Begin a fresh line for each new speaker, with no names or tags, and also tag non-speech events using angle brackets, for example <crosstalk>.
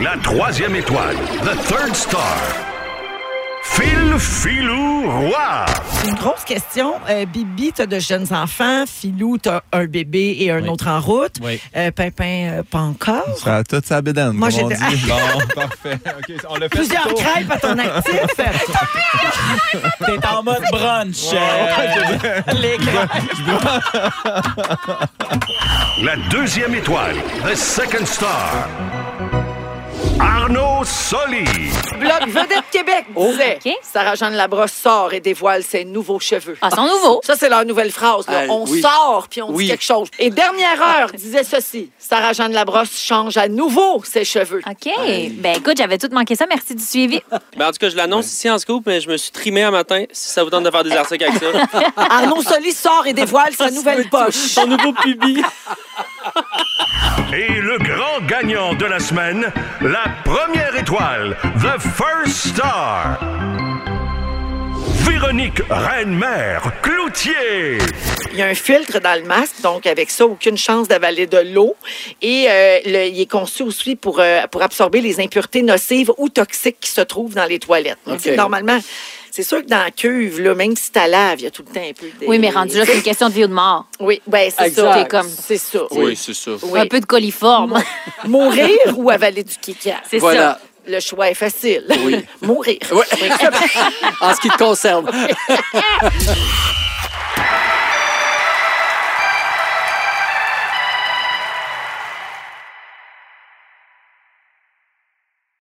la troisième étoile, the third star. Phil Filou Roy.
Une grosse question. Euh, Bibi, t'as de jeunes enfants. Filou, t'as un bébé et un
Oui.
autre en route.
Oui.
Euh, Pimpin, euh, pas encore.
Ça a toute sa bédane,
Moi,
comme on dit.
j'étais-
Bon,
Parfait. OK, on l'a fait
<laughs> Plusieurs
le tour.
crêpes à ton
<laughs>
actif.
t'es en mode brunch. euh, les crêpes.
La deuxième étoile, the second star. Arnaud Soli.
Bloc Vedette Québec
Oh.
disait
OK.
Sarah-Jeanne Labrosse sort et dévoile ses nouveaux cheveux.
Ah, sont nouveaux.
Ça, c'est leur nouvelle phrase. là.
Ah,
on
oui.
sort puis on
Oui.
dit quelque chose. Et dernière heure disait ceci Sarah-Jeanne Labrosse change à nouveau ses cheveux.
OK. Ben écoute, j'avais tout manqué ça. Merci du suivi.
Ben, en tout cas, je l'annonce ici en scoop, mais je me suis trimé un matin. Si ça vous tente de faire des articles avec <laughs> ça.
Arnaud Soli sort et dévoile sa nouvelle poche.
Son nouveau pubis.
Et le grand gagnant de la semaine, la première étoile, The First Star. Véronique Reine-Mère Cloutier.
Il y a un filtre dans le masque, donc avec ça, aucune chance d'avaler de l'eau. Et euh, le- il est conçu aussi pour, euh, pour absorber les impuretés nocives ou toxiques qui se trouvent dans les toilettes. Donc,
OK.
c'est normalement, c'est sûr que dans la cuve, là, même si t'as lave, il y a tout le temps un peu de...
Oui, mais rendu là, c'est une question de vie ou de mort.
Oui, ben, c'est
Exact.
ça.
T'es comme-
C'est ça.
Oui, c'est ça.
Oui.
Un peu de coliforme.
Mourir ou avaler du kika?
<laughs> C'est
Voilà.
Le choix est facile.
Oui.
<laughs> Mourir.
Ouais. en ce qui te concerne.